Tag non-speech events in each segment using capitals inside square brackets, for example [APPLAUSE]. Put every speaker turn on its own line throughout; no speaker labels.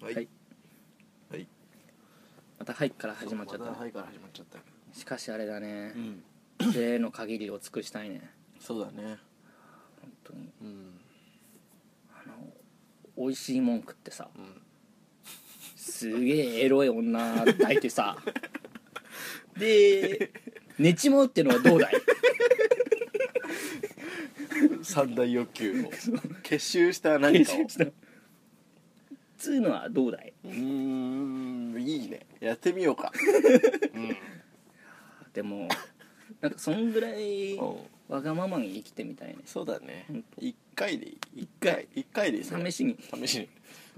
はい
はいまた「はい」から始まっちゃっ
そうだ
たね
はいから始まっちゃった
しかしあれだね
うん
税の限りを尽くしたいね
そうだね
本当に
うん
あの美味しいもん食ってさ
うん
すげえエロい女抱い
[LAUGHS]
てさで寝ちまうってのはどうだい
三大欲求 [LAUGHS] を結集した [LAUGHS] 何かを
つうのはどうだいう
ーんいいねやってみようかうん
でもなんかそんぐらい
おう
わがままに生きてみたいね
そうだね
うん
一回でいい一回一回でいいそれ
試しに
試しに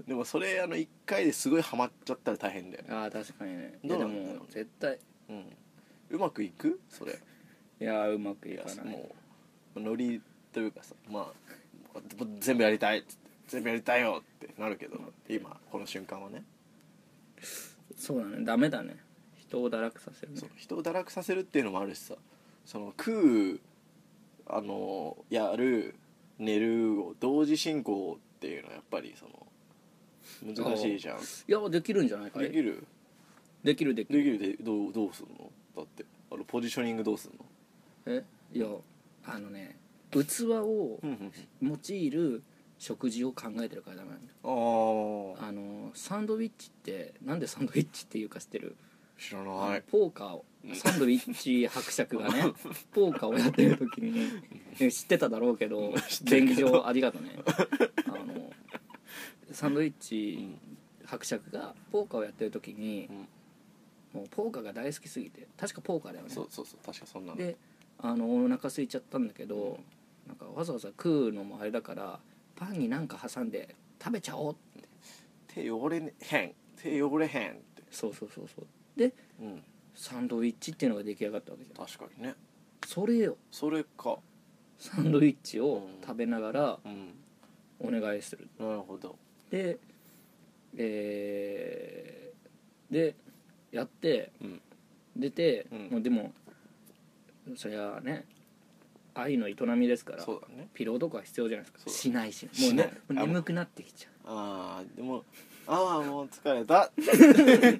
でもそれあの一回ですごいハマっちゃったら大変だよね
ああ確かにねい
ど
や
う
で
なんだろう
も絶対
うんうまくいくそれ
いやーうまく
い
い
や
かない
もうノリというかさまあ全部やりたいっつって全部やりたいよってなるけど今この瞬間はね
そうだねダメだね人を堕落させるね
そう人を堕落させるっていうのもあるしさその食うあのやる寝るを同時進行っていうのはやっぱりその難しいじゃん
いやできるんじゃないか
できる
できるできる
できるでどうどうすんのだってあのポジショニングどうすんの
えいやあのね器を用いる食事を考えてるからダメなんだよ
ああ
あのサンドイッチってなんでサンドイッチっていうか知ってる
知らない
ポーカーをサンドイッチ伯爵がね [LAUGHS] ポーカーをやってる時にね [LAUGHS] 知ってただろうけど
知って
便
る
宜
けど
上ありがとうねあのサンドイッチ伯爵がポーカーをやってる時に
うん
もうポーカーが大好きすぎて確かポーカーだよね
そうそうそう確かそんなの
であのお腹空いちゃったんだけどなんかわざわざ食うのもあれだからパンになんか挟んで食べちゃおう
手汚れへん手汚れへんって
そうそうそうそうで
うん
サンドイッチっていうのが出来上がったわけじゃん
確かにね
それよ
それか
サンドイッチを食べながら
うん
お願いする
なるほど
でえーでやって
うん
出て、
うん
もうでもそりゃあね愛の営みですから
そうだね
ピローとかは必要じゃないですか
そう
しないしも
し
う
ない
ねもう眠くなってきちゃ
ああでもああもう疲れた
う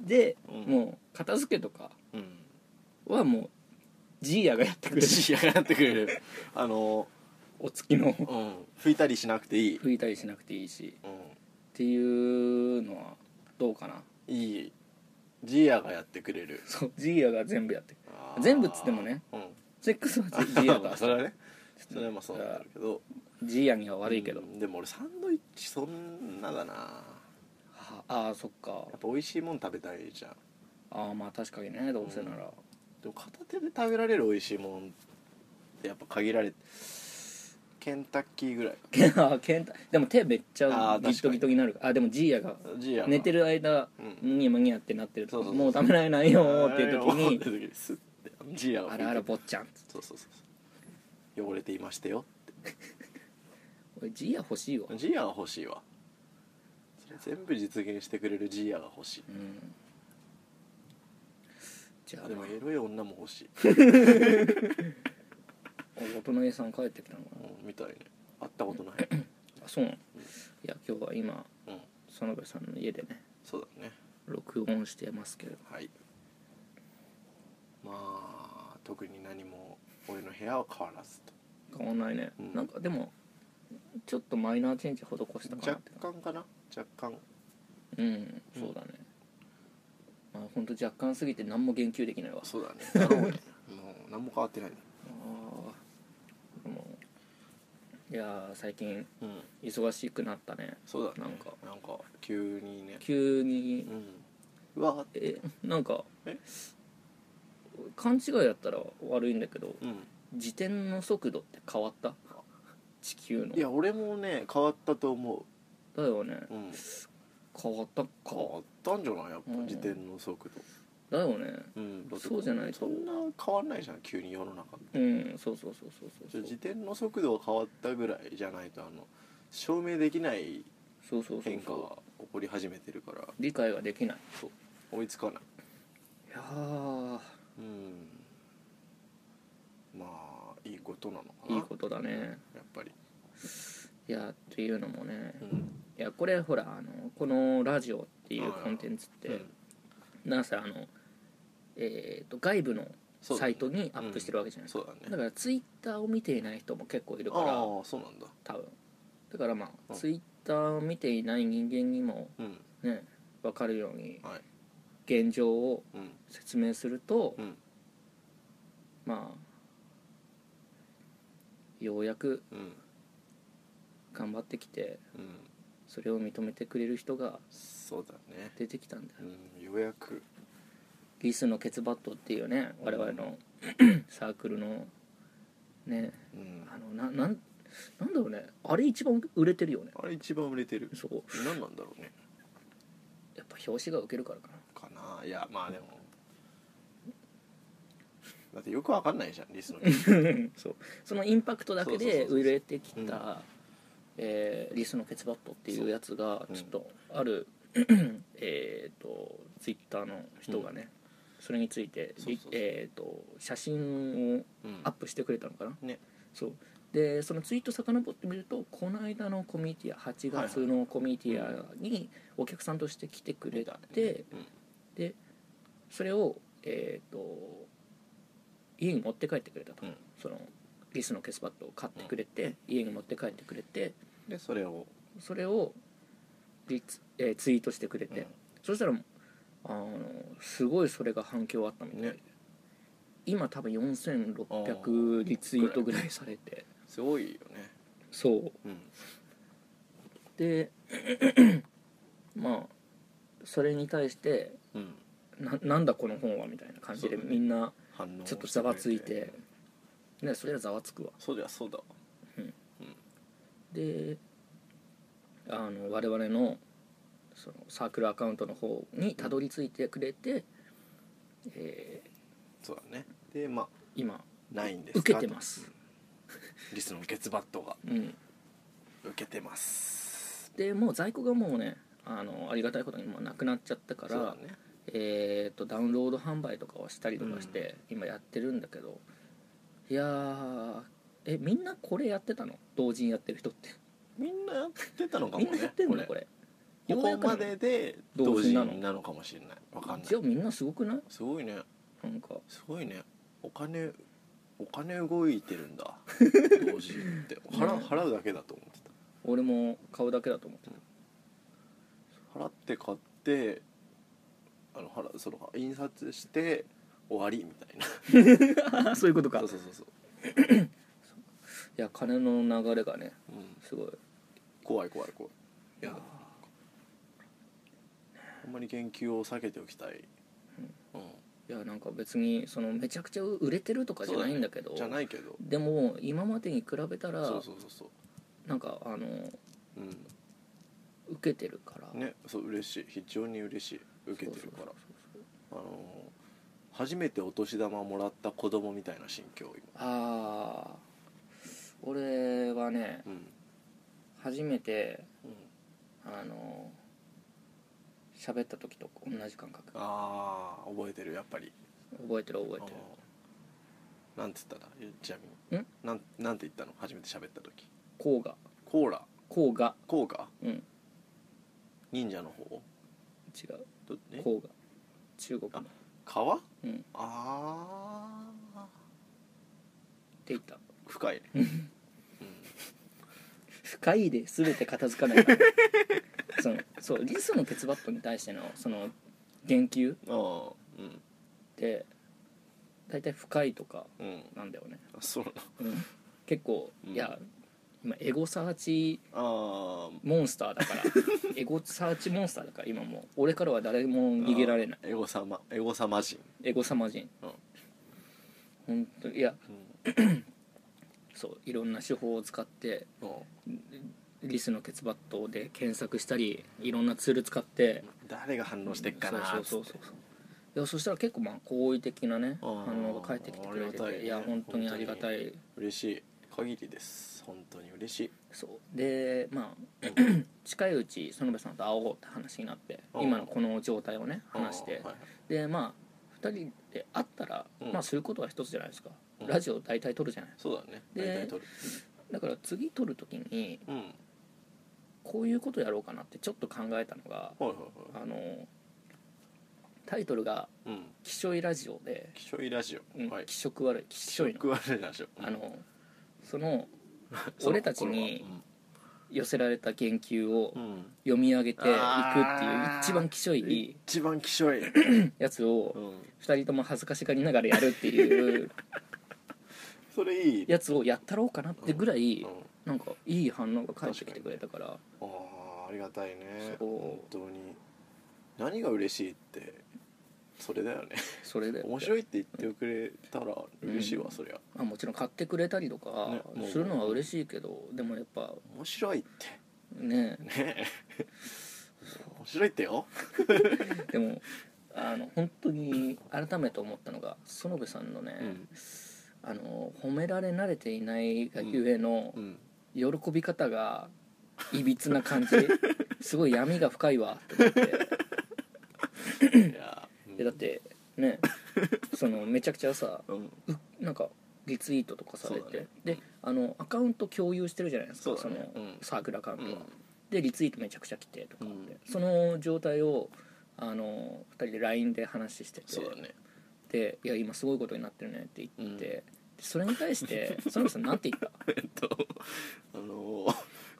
で、
うん
もう片付けとか
うん
はもうジーヤがやってく
[LAUGHS]
れる
口がやってくれ [LAUGHS] るあの
お月の
うん拭いたりしなくていい
拭いたりしなくていいし
う
っていうのはどうかなん
いいジアがやってくれる
そうジーヤが全部やって
あー
全部っつってもね
うん
セックスはジジーヤ
[LAUGHS]
が
それはねそれはまあそうなんだけど
ジーヤには悪いけど、
うんでも俺サンドイッチそんなだな
はああそっか
やっぱ美味しいもん食べたいじゃん
ああまあ確かにねどうせなら、
でも片手で食べられる美味しいもんってやっぱ限られケンタッキーぐらい
けん、 [LAUGHS] あーけんたでも手めっち
あー
ゃギットギトになるあーでもジーヤが
ジア
寝て
る
る間
うん
むにゃむにゃってなってると
そうそうそう
もう食べられないよーっていう時
[LAUGHS]
に
スッてジア
あらあら坊ちゃん
そうそうそう汚れていましたよ
俺ジーヤ欲しいわう
ジアが欲しいわそれ全部実現してくれるジアが欲しい
んじゃあ
でもエロい女も欲しい、
お大人さん帰ってきたのかな
うん、みたいね会ったことない
あそうなのいや今日は今
うん
園部さんの家でね
そうだね
録音してますけど
はいまあ特に何も俺の部屋は変わらずと
変わんないね、
うん
なんかでもちょっとマイナーチェンジ施したかな
若
って
干かな若干
うんそうだね、まあ本当若干すぎて何も言及できないわ
そうだね [LAUGHS] だろうねもう何も変わってないね
ああもういやー最近
うん
忙しくなったね
そうだね
なんか
なんか急にね
急に
うんうわ
えなんか
え
勘違いだったら悪いんだけど
うん
自転の速度って変わった地球の
いや俺もね変わったと思
だよね
う、うん、
変わったか
変わったんじゃないやっぱ
うん
自転の速度
だよね
うんだって
そうじゃないと
そんな変わんないじゃん急に世の中って
うんそうそうそうそう
ち
そ
ょ
う
自転の速度が変わったぐらいじゃないとあの証明できない
そうそうそう
変化が起こり始めてるから
理解ができない
追いつかない
いやー
うんまあいいことなのかない
いことだね
やっぱり
いやっていうのもね
うん
いやこれほらあのこのラジオっていう
はい
コンテンツって、
うん
なんせあの、えー、と外部の
そうだ
サ
ね
イトにアップしてるわけじゃないですか、
そうだね
だからツイッターを見ていない人も結構いる
あ
か
あ
ら
ーそうなんだ
多分だからまあ
うん
ツイッターを見ていない人間にも
うん
ね分かるように
はい
現状を
うん
説明すると、
うん
まあようやく
うん
頑張ってきて
うん
それを認めてくれる人が
そうだね
出てきたんだよ
うんようやく
リスのケツバットっていうね我々の [CLEARS THROAT] サークルのね
うん
あのななんなんだろうねあれ一番売れてるよね
あれ一番売れてる
そう
何なんだろうね
やっぱ表紙が受けるからかな
かないやまあでもだってよくわかんないじゃんリスの曲
[LAUGHS] そうそのインパクトだけで
そうそうそうそう
売れてきた、
うん
えーリスのケツバットっていうやつが
そう
ちょっとあ
[LAUGHS]
る、えっとツイッターの人がね、それについて
そうそうそう
えー、と写真を
うん
アップしてくれたのかな、
ね
そうでそのツイート遡ってみるとこの間のコミュニティア8月のコミュニティアにお客さんとして来てくれて、
うん
でそれをえっ、と家に持って帰ってくれたと、
うん
そのリスのケスバットを買ってくれて、家に持って帰ってくれて
でそれを
それをリツ、えーツイートしてくれて、
うん
そしたらあのすごいそれが反響あったみたいで、
ね
今多分4600リツイートぐらいされて
すごいよね
そう
うん
でまあそれに対して
うん
ななんだこの本はみたいな感じ
そ
で
うだね
みんな
反応
ちょっとざわついてねそれはざわつくわ
そうだよそうだわ
であの我々のそのサークルアカウントの方にたどり着いてくれて、え
そうだねでまあ
ー今
ないんですか
受けてます
とうんリスのケツバットが
うん
受けてます
でもう在庫がもうねあのありがたいことにもうなくなっちゃったか
そうだ
ら、
ね
えー、とダウンロード販売とかをしたりとかして、今やってるんだけどいやーえみんなこれやってたの同時にやってる人って
みんなやってたのかも
み
ね
んなやってんのこれ
こ
ようや
こ
く
までで同
同
時
時なの
になのかもしれないわかんない
一応みんなすごくない
すごいね
なんか
すごいねお金お金動いてるん [LAUGHS] だ同時って払う
ね
払うだけだと思って
俺も買うだけだと思ってた
た払って買ってあの払うその印刷して終わりみたいな
そういうことか
[LAUGHS] そうそうそうそう、
いや金の流れがね
うん、
すごい
怖い怖い怖いいや
いや
あんまり言及を避けておきたい、うん
いやなんか別にそのめちゃくちゃ売れてるとかじゃないんだけど
じゃないけど
でも今までに比べたら
そうそうそうそ
なんかあの
う、
受けてるから
うん、ねそう嬉しい非常に嬉しい受けてるから
そうそうそうそう
あのー初めてお年玉もらった子供みたいな心境
ああ俺はね
今うん
初めて
うん
あの喋った時と同じ感覚覚
ああ覚えてるやっぱり
えてる覚えてる
あーなんて言ったらえちなみに
ん
なんなんて言ったの初めて喋った時
こうが
コーラ
こうが
コーガ
うん違
忍者の方
う
どえ
こうが中国の
あ川
うんって
ああ
言った
深いね
深いで全て片付か
[LAUGHS]
ないからそのそうリスのケツバットに対してのその言及っ
ああうん
て大体深いとか
うん
なんだよね、
あそうなの
うん、結構、
うん
いや今エゴサーチ
ああ
モンスター
[LAUGHS]
だからエゴサーチモンスターだから今もう俺からは誰も逃げられない
エゴ様エゴ様人
エゴサマ人
うん
本当いや
うん
そういろんな手法を使ってリスのケツバットで検索したりいろんなツール使って
誰が反応してっかな
そうそうそうそういやそしたら結構まあ好意的なね
あー
反応が返ってきてくれ
あ
て
りがた
て
いね
いや本当にありがたい
嬉しい限りです本当に嬉しい
そうでまあ [CLEARS THROAT] 近いうち園部さんと会おうって話になって
あー
今のこの状態をね話して
あーはい
でまあ2人で会ったら、
うん
まあすることは一つじゃないです
う
か、
ん
ラジオ大体撮るじゃない
そうだね
で
大体取る
だから次撮る時に
うん
こういうことやろうかなってちょっと考えたのが
はいはいは
あのタイトルが
いうん
「気象いラジオで」
気象いラジ
うん
オはい
気色悪い気象いの
食われるラジオ
あのその
その
俺たちに寄せられた言及を
うんうん
読み上げていくっていう
あー
一番気象い
一番気象い
やつ
う
を
ん
2人とも恥ずかしがりながらやるっ
[LAUGHS]
ていう
それいい
やつをやったろうかなってぐらい
うん
なんかいい反応が返ってきてくれたから
あーありがたいね
そう
本当に何が嬉しいってそれだよね
それで
面白いって言ってくれたら嬉しいわ、
うん
そりゃ
まあもちろん買ってくれたりとか
ねもう
するのは嬉しいけどでもやっぱ
面白いって
ね
ねえ面白いってよ
でもあの本当に改めて思ったのが園部さんのね、
うん
あの褒められ慣れていないがゆえの
うん
喜び方がいびつな感じすごい闇が深いわって思って
いやうん
でだってねそのめちゃくちゃさ
うん
なんかリツイートとかされ
そう
て、
だね
であのアカウント共有してるじゃないですか
そうだね
の、
うん
サークルアカウン
う
トは、
ん
でリツイートめちゃくちゃ来てとかって、
うん
その状態をあの2人で LINE で話してて
そうだね
で「いや今すごいことになってるね」って言って、
うん
でそれに対して園部さんなんて言った
えっとあの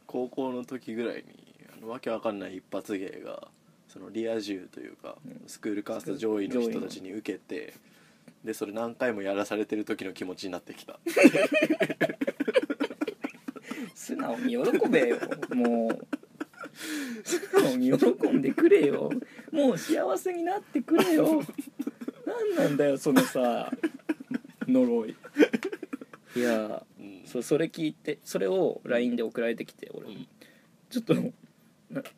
高校の時ぐらいにあのわけわかんない一発芸がそのリア充というか、
うん
スクールカースト上位の人たちに受けてでそれ何回もやらされてる時の気持ちになってきた
素直に喜べよもう素直に喜んでくれよもう幸せになってくれよ何なんだよそのさ呪いいや
うん
そそれ聞いてそれを LINE で送られてきて俺、
うん
ちょっとな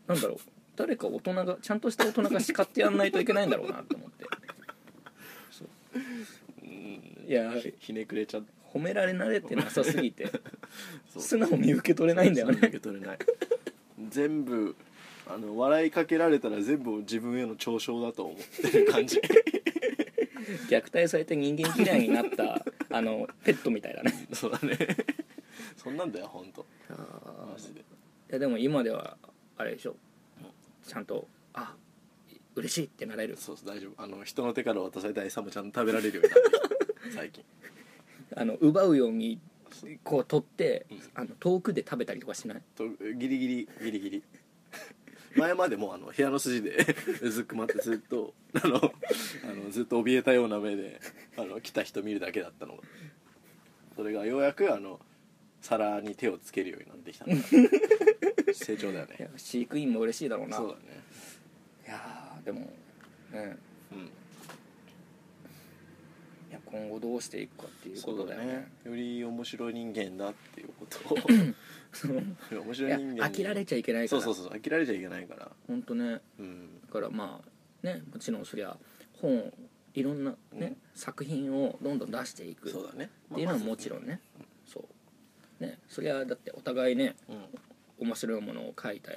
なんだろう誰か大人がちゃんとした大人が叱ってやんないといけないんだろうなと思って
うん
いや
ひひねくれちゃっ
褒められ慣れてなさすぎて
[LAUGHS] そう
素直に受け取れないんだよ
そう受
ね
け取れない全部あの笑いかけられたら全部自分への嘲笑だと思ってる [LAUGHS] 感じ
虐待されて人間嫌いになったあのペットみたいだね
そうだねそんなんだよ本当マジで
いやでも今ではあれでしょちゃんとあ嬉しいってなれる
そうそう大丈夫あの人の手から渡された餌もちゃんと食べられるようにな
[LAUGHS]
ってきた最近
あの奪うようにこう取って
うん
あの遠くで食べたりとかしない
とギリギリギリギリ前までもうあの部屋の筋で [LAUGHS] うずくまってずっとあのあのずっと怯えたような目であの来た人見るだけだったのがそれがようやくあの皿に手をつけるようになってきた
[LAUGHS]
んだ成長だよ
いや
ね
飼育員も嬉しいだろうな
そうだね
いやーでもね
うん
いや今後どうしていくかっていうことだよね
より面白い人間だっていうことを面
[LAUGHS] い
白
や
い人間に
飽きられちゃいけないか
そう
ら
そうそう飽きられちゃいけないから
本当ね
うん
だからまあねもちろんそりゃ本いろんな
う
ね、
ん
作品をどんどん出していくっ
そうだね
ていうのはもちろんね、そうねそりゃだってお互いね
うん
面白いものを書いたっ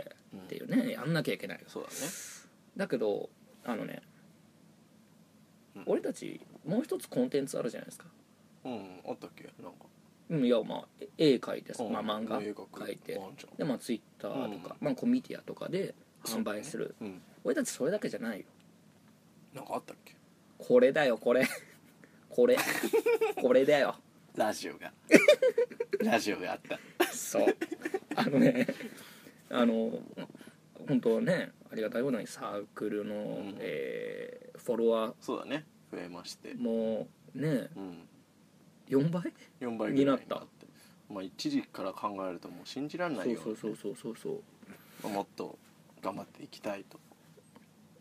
ていうね、やんなきゃいけない
そうだね
だけどあのね、
うん
俺たちもう一つコンテンツあるじゃないですか
うんあったっけなんか
うんいやまあ絵描いてさ、
うん
まあ、漫画
映画
描いて
あんじゃん
でまあツイッターとか、まあ、コミティアとかで販売する、
うん
俺たちそれだけじゃないよ
なんかあったっけ
これだよこれ [LAUGHS] これこれだよ
ラジオ [LAUGHS] がラジオがあった
そうあのねあの本当ねありがたいことにサークルの、
ん
えーフォロワ
そうだね増えまして
ーもね
うん
4倍
4倍ぐらい
になった
まあ一時から考えるともう信じられない
そう
よ
そうそうそうそうそう
まあもっと頑張っていきたいと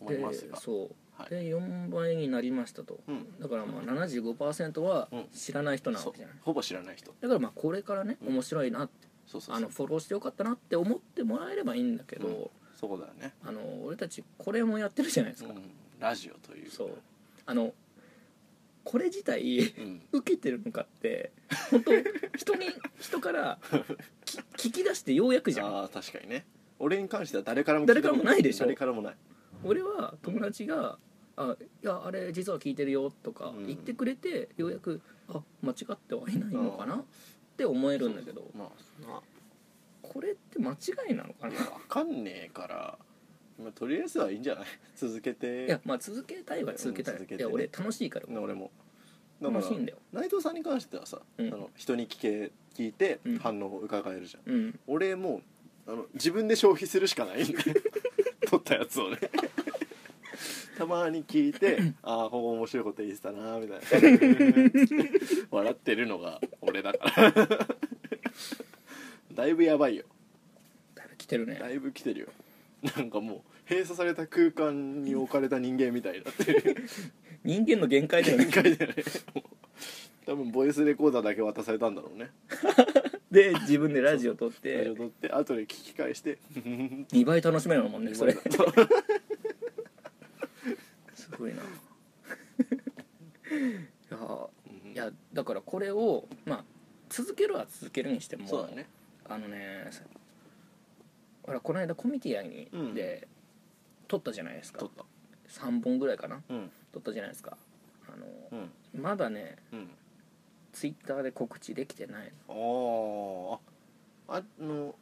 思い
で
ますが
そう、
はい
で4倍になりましたと、
うん
だからまあ75%は
うん
知らない人な
そ
わ
う
けじゃない、
ほぼ知らない人
だからまあこれからね
うん
面白いなって、
そうそうそう
あのフォローしてよかったなって思ってもらえればいいんだけど、
そうだよね
あの俺たちこれもやってるじゃないです
う
か、
んラジオという
そうあのこれ自体 [LAUGHS]
うん
受けてるのかって本当人
[LAUGHS]
に人からき聞き出してようやくじゃん
ああ確かにね俺に関しては誰からも
誰からもないでしょ
誰からもない
俺は友達が「あいやあれ実は聞いてるよ」とか
うん
言ってくれて、ようやく「あ間違ってはいないのかな」って思えるんだけど
まあそんな
これって間違いなのかない
やわかんねえから、まあ、とりあえずはいいんじゃ [LAUGHS] ない続けて
いやまあ続けたいは続けたい、
うん続け
い
て
や
ね
俺楽しいから
俺もだから
楽しいんだよ
内藤さんに関してはさ、
うん
あの人に聞け聞いて
うん
反応を伺えるじゃん、
うん
俺もうあの自分で消費するしかないん [LAUGHS] で撮ったやつをねたまに聞い [LAUGHS] て「ああここ面白いこと言ってたな」みたいな [LAUGHS] 笑ってるのが俺だからだいぶやばいよ
だいぶ来てるね
だいぶ来てるよなんかもう閉鎖された空間に置かれた人間みたいになってる
人間の限界だ
[LAUGHS]
よ
限
ね
界だよねもう多分ボイスレコーダーだけ渡されたんだろうね
で自分でラジオ撮っ
ラジ
て
オ撮って後で聞き返して「
2倍楽しめるもんねそれす [LAUGHS] ごいないや
うん
いやだからこれをまあ続けるは続けるにしても
そうだね
あのねほらこの間コミティアに、
うん
で撮ったじゃないですか
撮った
3本ぐらいかな
うん
撮ったじゃないですかあの、
うん
まだね
うん
ツイッターで告知できてない
あーああの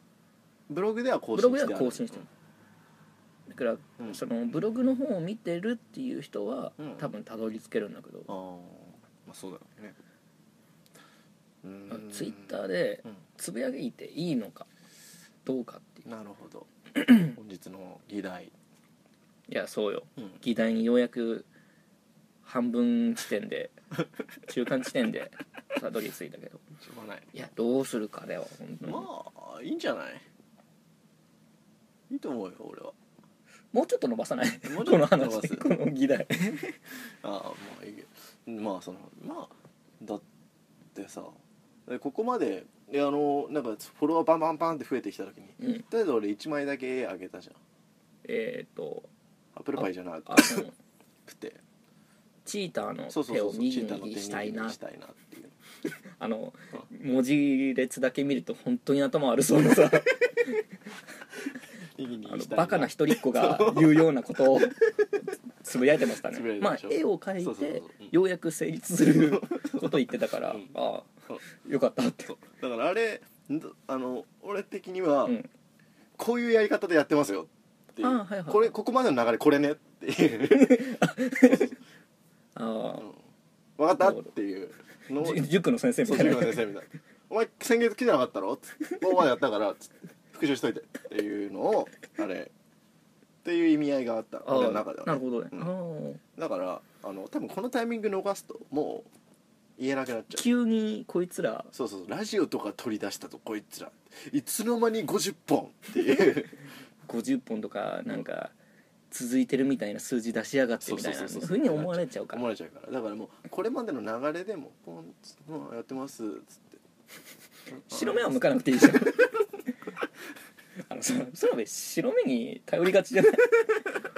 ブログでは更新
ブログでは更新してるだから、
うん
そのブログの方を見てるっていう人は、
うん
多分たどり着けるんだけど
あ、ーまあそうだろうねうーん
ツイッターで
う
つぶやいていいのかどうかっていうん
なる
[CLEARS THROAT]
ほど本日の議題
いやそうよ
うん
議題にようやく半分地点 [LAUGHS] で中間地点でたどり着いたけど
しょうがない
いやどうするかだよ本当に
まあいいんじゃないいいと思うよ俺は
もうちょっと伸ばさない
もうち
こ
ょ
の
っと伸ば
話
す
この議題
ああまあいいけどまあそのまあだってさでここまでであのなんかフォロワーバンバンバンって増えてきた時に
うん
とりあえず俺1枚だけ絵あげたじゃん
えっと
アップルパイじゃな
あの
くて
チーターの
そうそう
手
そう
を
そう
右
チーターの手
にしたい
右
な
にしたいなっていう
あの文字列だけ見ると本当に頭悪そうなさ
右に
あの
したい
バカな一人っ子が言うようなこと
[LAUGHS]
をつぶやいてました
つぶや
ね
いて
ま
ま
あ
しょ
絵を描いて
そうそうそううん
ようやく成立すること言ってたから、
うん
あ
そう
あよかったって
そうだからあれんだあの俺的には、
うん
こういうやり方でやってますよっていう
あーはいはい
これここまでの流れこれねっていう [LAUGHS]
あ
分かったっていうの
あ
を
じ塾の先生み
そう
たい
授
な
業の先生みたいな「お前先月来てなかったろ?」つってここまでやったから」つって復習しといて」っていうのをあれっていう意味合いがあった
ああ
俺の中ではね、
なるほどね、
うん
ああ
だからあの多分このタイミング逃すともう言えなくなっちゃう
急にこいつら
そうそうそうラジオとか取り出したとこいつらいつの間に50本っていう
50本とかなんか続いてるみたいな数字出しやがってみたいなふうに思われちゃうから
思われちゃうからだからもうこれまでの流れでもポンつってうんやってますっつって
白目は向かなくていいじゃん [LAUGHS] あのさそ部白目に頼りがちじゃない [LAUGHS]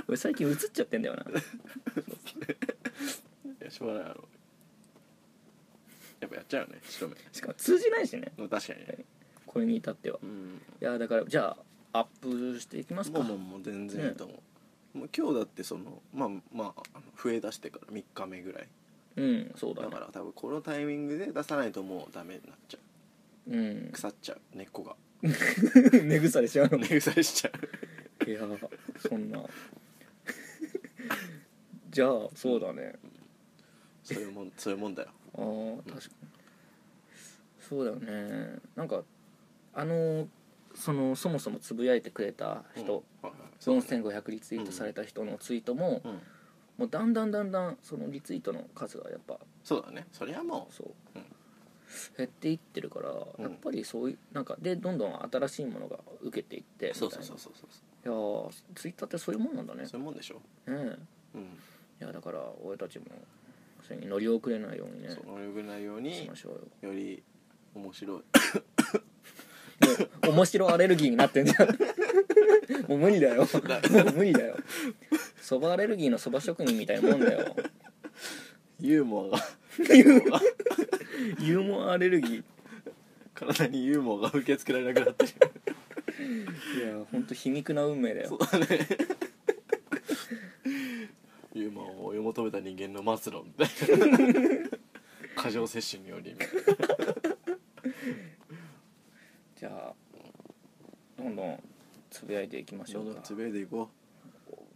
俺最近映っちゃってんだよない
やしょうがないあのやっぱやっちゃうよね白目
しかも通じないしね
まあ確かにね
これに至っては
うん
いやだからじゃあアップしていきますか
もうもうもう全然いいと思う,、もう今日だってそのまあまああの増え出してから3日目ぐらい
うんそうだ
だ
ね
から多分このタイミングで出さないともうダメになっちゃう
うん [LAUGHS]
腐っちゃう根っこが
根腐れしちゃうの
根腐れしちゃう
いやそん [LAUGHS] なじゃあそうだね
そういうもんそういうもんだよ
あー確かにそうだよねなんかあのそのそもそもつぶやいてくれた人、
うんはいはい
4500リツイートされた人のツイートも、
うん
もうだんだんだんだんそのリツイートの数がやっぱ
そうだねそりゃも
そう、
うん
減っていってるから、
うん
やっぱりそういうなんかでどんどん新しいものが受けていって
うそうそうそう
み
そうそう
たいないやーツイッターってそういうもんなんだね
そういうもんでしょう
ね
ん
えいやだから俺たちもそれに乗り遅れないようにね
そのよくないよう
し
に
ましょうよ
より面白い
もう面白アレルギーになってんじ
[LAUGHS]
ゃんもう無理だよもう無理だよそばアレルギーのそば職人みたいなもんだよ
ユーモアが
ユーモアアレルギ
体にユーモアが受け付けられなくなってる
ーいや本当皮肉な運命だよ
ユーモアを追い求めた人間の末路みたいな過剰摂取によりみたいな
じゃあぶやいていきましょうか
つぶやいていこ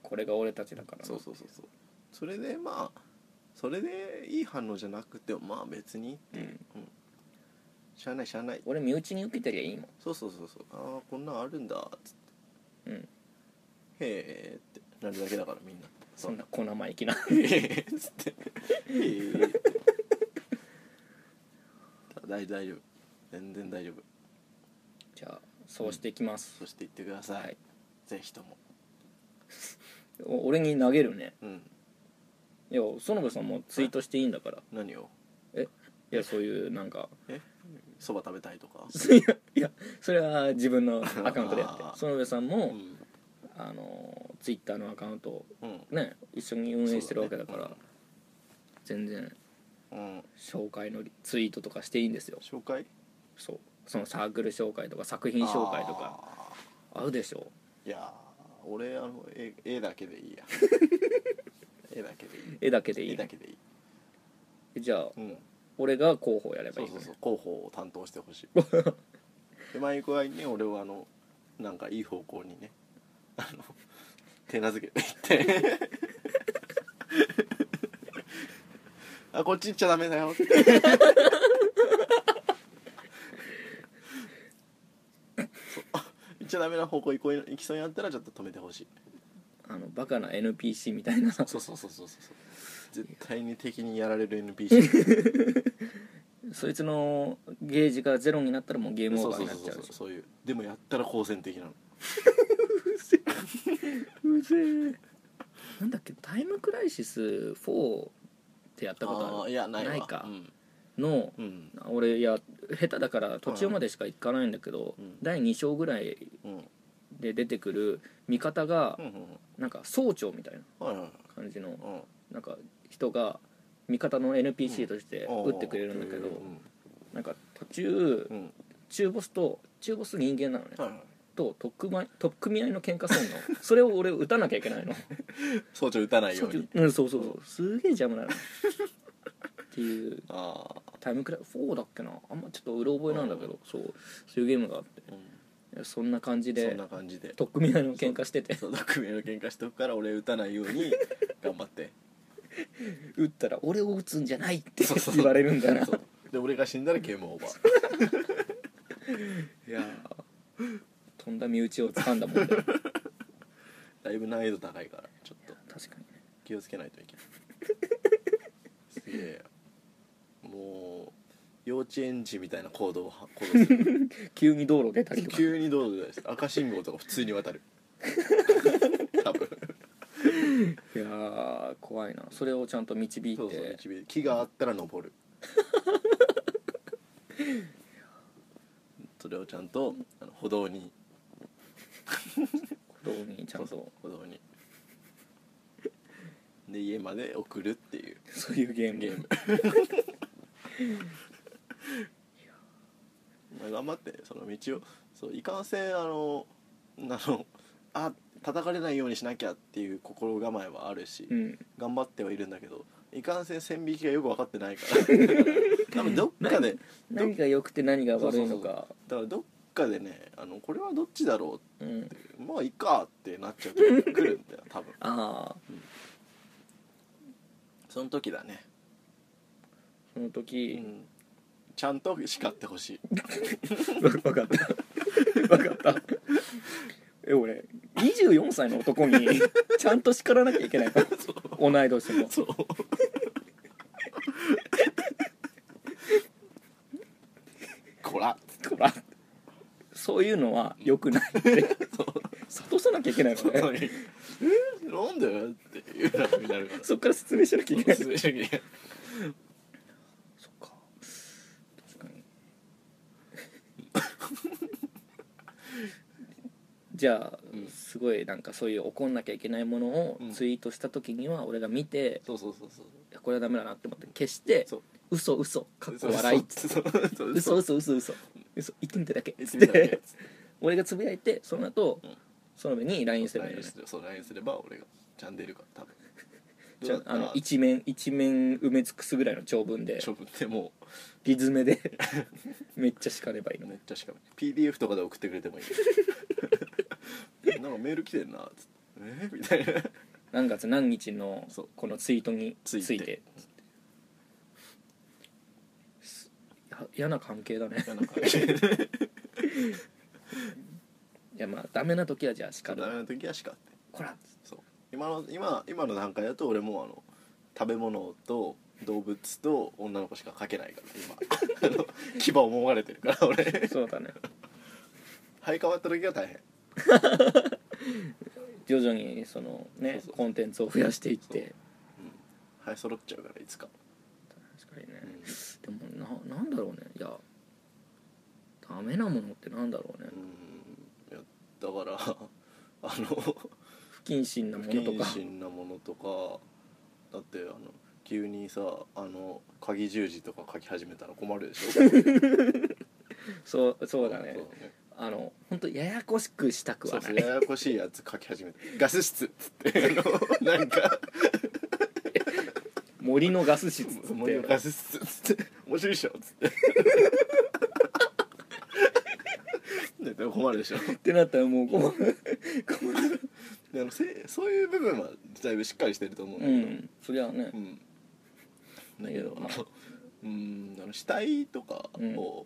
これが俺たちだか
う
ら
そうそうそうそうそれでまあそれでいい反応じゃなくてもまあ別に
うん、
しゃあないしゃあない
俺身内に受けてりゃいいもん
そうそうそうそうああこんなんあるんだっつっ
うん
てへえってなるだけだからみんな
そんな小生意気な
へえっつってへえって [LAUGHS] 大大丈夫全然大丈夫
じゃあそうしていきます、
そして言ってください、
はい
ぜひとも
お俺に投げるね
うん
いや園部さんもツイートしていいんだから
何を
いやそういうなんか
そば食べたいとか
いやいやそれは自分のアカウントでやっ
[LAUGHS] あー
て園部さん
う
も、
ん
あのツイッターのアカウントを
うん
ね一緒に運営してるわけだから
そうだね
全然
うん
紹介のリツイートとかしていいんですよ
紹介
そうそのサークル紹介とか作品紹介とか
あ
あるでしょ
ーいやー俺あの絵絵だけでいい [LAUGHS] や絵だけでい
絵だけで
い
い
絵
い
だけでいい
じゃあ
うん
俺が広報やれば
そ
いうい
そうそ
ね
う広報を担当してほ [LAUGHS] しいで毎回ね俺はあのなんかいい方向にねあの手なずけていってあこっち行っちゃダメだよって [LAUGHS] そうあ行っちゃダメな方向行こう行きそうになったらちょっと止めてほしい
あのバカな NPC みたいな [LAUGHS]
そうそうそうそうそう絶対に敵にやられる NPC
そいつのゲージがゼロになったらもうゲーム
そ
オー
う
バー
そう
に [LAUGHS]
そ
な
う
っち
そうう
ゃし
そういうでもやったら好戦的なの
うぜえなんだっけタイムクライシス4ってやったことあ
ー
る
いやないわ
か
うん
の
うん
俺いや下手だから途中までしか行かないんだけど、
うん
第2章ぐらい
うんうん
で出てくる味方が
うん
なんか総長みたいな
うんはいはい
感じの
うん
なんか人が味方の NPC として
あー
撃ってくれるんだけど、
うん
なんか途中
うん
中ボスと中ボス人間なのね、
はいはい
と特組特組合いの喧嘩す
[LAUGHS]
るのそれを俺撃たなきゃいけないの
装置を打たない
そ
よ
う
うに
うんそうそうそうすげえ邪魔なのっていう
ああ
タイムクライ4だっけなあんまちょっとうろ覚えなんだけど、そうそういうゲームがあって
うん
そんな感じ
そ
で
んな感じで
取っ組み合いの喧嘩してて
そう匿名の喧嘩しとくから俺打たないよう
[LAUGHS]
に頑張って
打ったら「俺を打つんじゃない」って
そうそう
[LAUGHS] 言われるんだな
そうで俺が死んだらゲームオーバー
[LAUGHS] いやー飛んだ身内を掴んだもんだよ
だいぶ難易度高いからちょっと
確かにね
気をつけないといけないすげえもう幼稚園児みたいな行動をは行動する
急に道路出たりとか
急に道路で赤信号とか普通に渡 [LAUGHS] る多分
いやー怖いなそれをちゃんと導いて
そうそう導いて木があったら登る [LAUGHS] それをちゃんとあの歩道に
道路にちゃんと
そうそ
そ
うう歩道にで家まで送るっていう
いうゲーム
ゲームまあ頑張ってその道をそういかんせんあの [LAUGHS] あのあ叩かれないようにしなきゃっていう心構えはあるし、
うん
頑張ってはいるんだけどいかんせん線引きがよく分かってないから [LAUGHS] 多分どっかで
何が良くて何が悪いのか
だからどっかでねあのこれはどっちだろ
うん
うってまあいいかってなっちゃう時が来るん [LAUGHS] だよ多分
ああ
その時だね、
その
う
時
ん、ちゃんと叱ってほしい
わ分かった分かったえ俺24歳の
[LAUGHS]
男にちゃんと叱らなきゃいけないから同い年も
そう [LAUGHS] こら
ほらそういうのは良くないって諭さなきゃいけないの
本当
ね
にえなんでっていうふうになるから
そっから説明しなきゃいけない
そうそういう時に
そっか確かにじゃあ、
うん
すごいなんかそういう怒んなきゃいけないものを
うん
ツイートした時には俺が見て、
そうそうそうそう
いやこれはダメだなって思って消して
そう
「嘘嘘かっこ笑い」っつ
そう
って
そ
「
う
嘘
そう
嘘嘘嘘嘘言ってみただけ」
言
っ
って
つっ
みたら
て [LAUGHS] 俺がつぶやいてその後、
うん
その上に LINE すればいいよ
LINE
ね
すればそう LINE すれば俺がちゃん出るから多分
ちょあの
一
一面一面埋め尽くすぐらいの長文で [LAUGHS]
処分っても
リズムで [LAUGHS] めっちゃ叱ればいいうの
めっちゃしかも PDF とかで送ってくれてもいいなんかメール来てんなつってえみたいな
何月何日の
そう
このツイートにつ
つい
い
て
てすや嫌な関係だね
嫌な感じで
いやまあダメな時はじゃあ叱
ダ
る
メな時はしかって
こら
そう今の今今の段階だと俺もうあの食べ物と動物と女の子しか描けないから
[LAUGHS]
今あの牙をもがれてるから俺
そうだね
生え変わった時は大変
徐々にその
そ
ね
うそう
コンテンツを増やしていって
生え揃っちゃうからいつか、
確かにね
うん
でもななんだろうねいやダメなものってなんだろうね
うんいやだから [LAUGHS] あの
不謹慎な
不
ものと
謹
か
慎なものとかだってあの急にさあの鍵十字とか書き始めたら困る
[LAUGHS]
でしょ
そうそうだねあの本当ややこしくしたく
そう
はな
そ
いう
ややこしいやつ書き始めてガス室っつってあ
[LAUGHS]
のなんか
森のガス室っつって
森のガス室っつって面白いっしょっつって [LAUGHS] ねでも困るでしょ
ってなったらもうこう
であのせそういう部分はだいぶしっかりしてると思うんだ
う
けど、
んそりゃあね
うん、だ
だ
け
け
ど
ど
あのうんあの死体とかを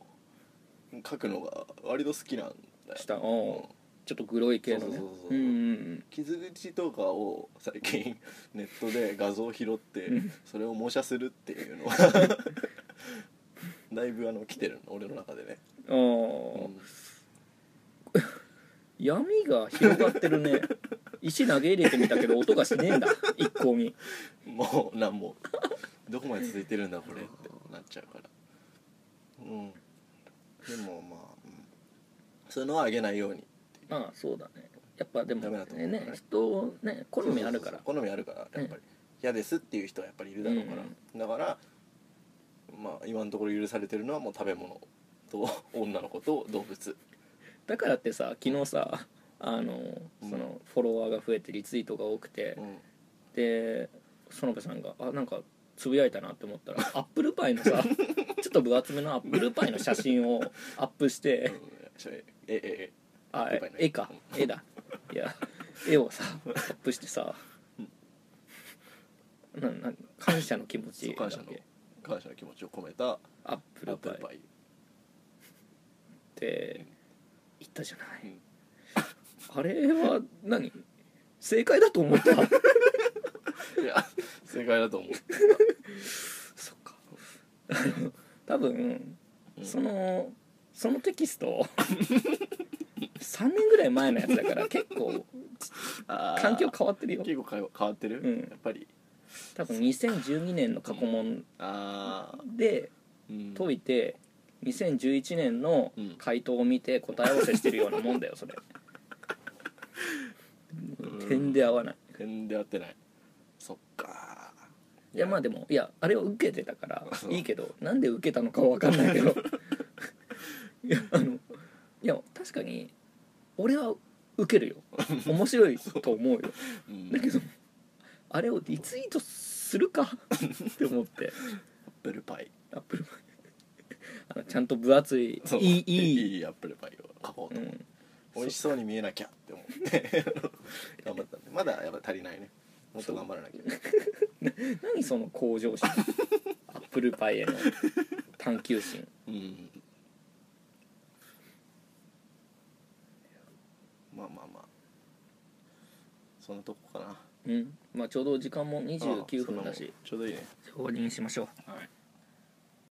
書くのが割と好きなんだよ、
下をちょっとグロい系のね
そうそうそう
う
そうん
うん
傷口とかを最近 [LAUGHS] ネットで画像を拾って
うん
それを模写するっていうのは [LAUGHS] だいぶあの来てるの俺の中でね、
うんあ
う
あ
ん
闇が広がってる
[LAUGHS]
ね石投げ入れてみたけど音がしねえんだ一向に
もう何もどこまで続いてるんだこれってなっちゃうからうんでもまあ、うんそういうのはあげないように
まあそうだねやっぱでも
ダメだと思うね
ね人ね好みあるか
そうそ
ら
うそう好みあるからやっぱり
うん
嫌ですっていう人はやっぱりいるだろうから、
うん
だからまあ今のところ許されてるのはもう食べ物と女の子と動物
だからってさ昨日さあの
うん
そのフォロワーが増えてリツイートが多くて、
うん
で園部さんがあなんかつぶやいたなって思ったらアップルパイ
[LAUGHS]
のさちょっと分厚めのアップルパイの写真をアップして
それえええ
あ
アップルパイの絵
絵か絵だいや絵をさアップしてさなな感謝の気持
そう
ち
感謝の感謝の気持ちを込めた
アップ
アッ
ル
プ
パイ
ル
っ
パイ
て言ったじゃない、
うん
あれは何正解だと
[LAUGHS]
思った
いや正解だと思う
そっか多分、
うん
そのそのテキスト3年ぐらい前のやつだから結構環境変わってるよ
結構変わ変わってる、
うん
やっぱり
多分2012年の過去問
ああ
で
うん
解いて2011年の回答を見て答え合わせしてるようなもんだよそれ
[LAUGHS] うん
点で合わない
点で合ってないそっか
いやまあでもいやあれを受けてたから
そう
いいけどなんで受けたのかは分かんない
[LAUGHS]
けどいやあのいや確かに俺は受けるよ面白いと思うよ
うん
だけどあれをリツイートするかって
[LAUGHS]
思って
アップルパイ
アップルパイ [LAUGHS] あのちゃんと分厚い
そう
いいい
い
い、
いアップルパイを書こう
う
と、
ん、
美味しそうに見えなきゃって思って [LAUGHS] 頑張ったんでまだやっぱ足りないねもっと頑張らなきゃ
何その向上心 [LAUGHS] アップルパイへの探求心
うんまあまあまあそんなとこかな
うんまあちょうど時間も
ああ
29分だ
そんなも
し
んちょうどいいね
終わりにしましょう
はい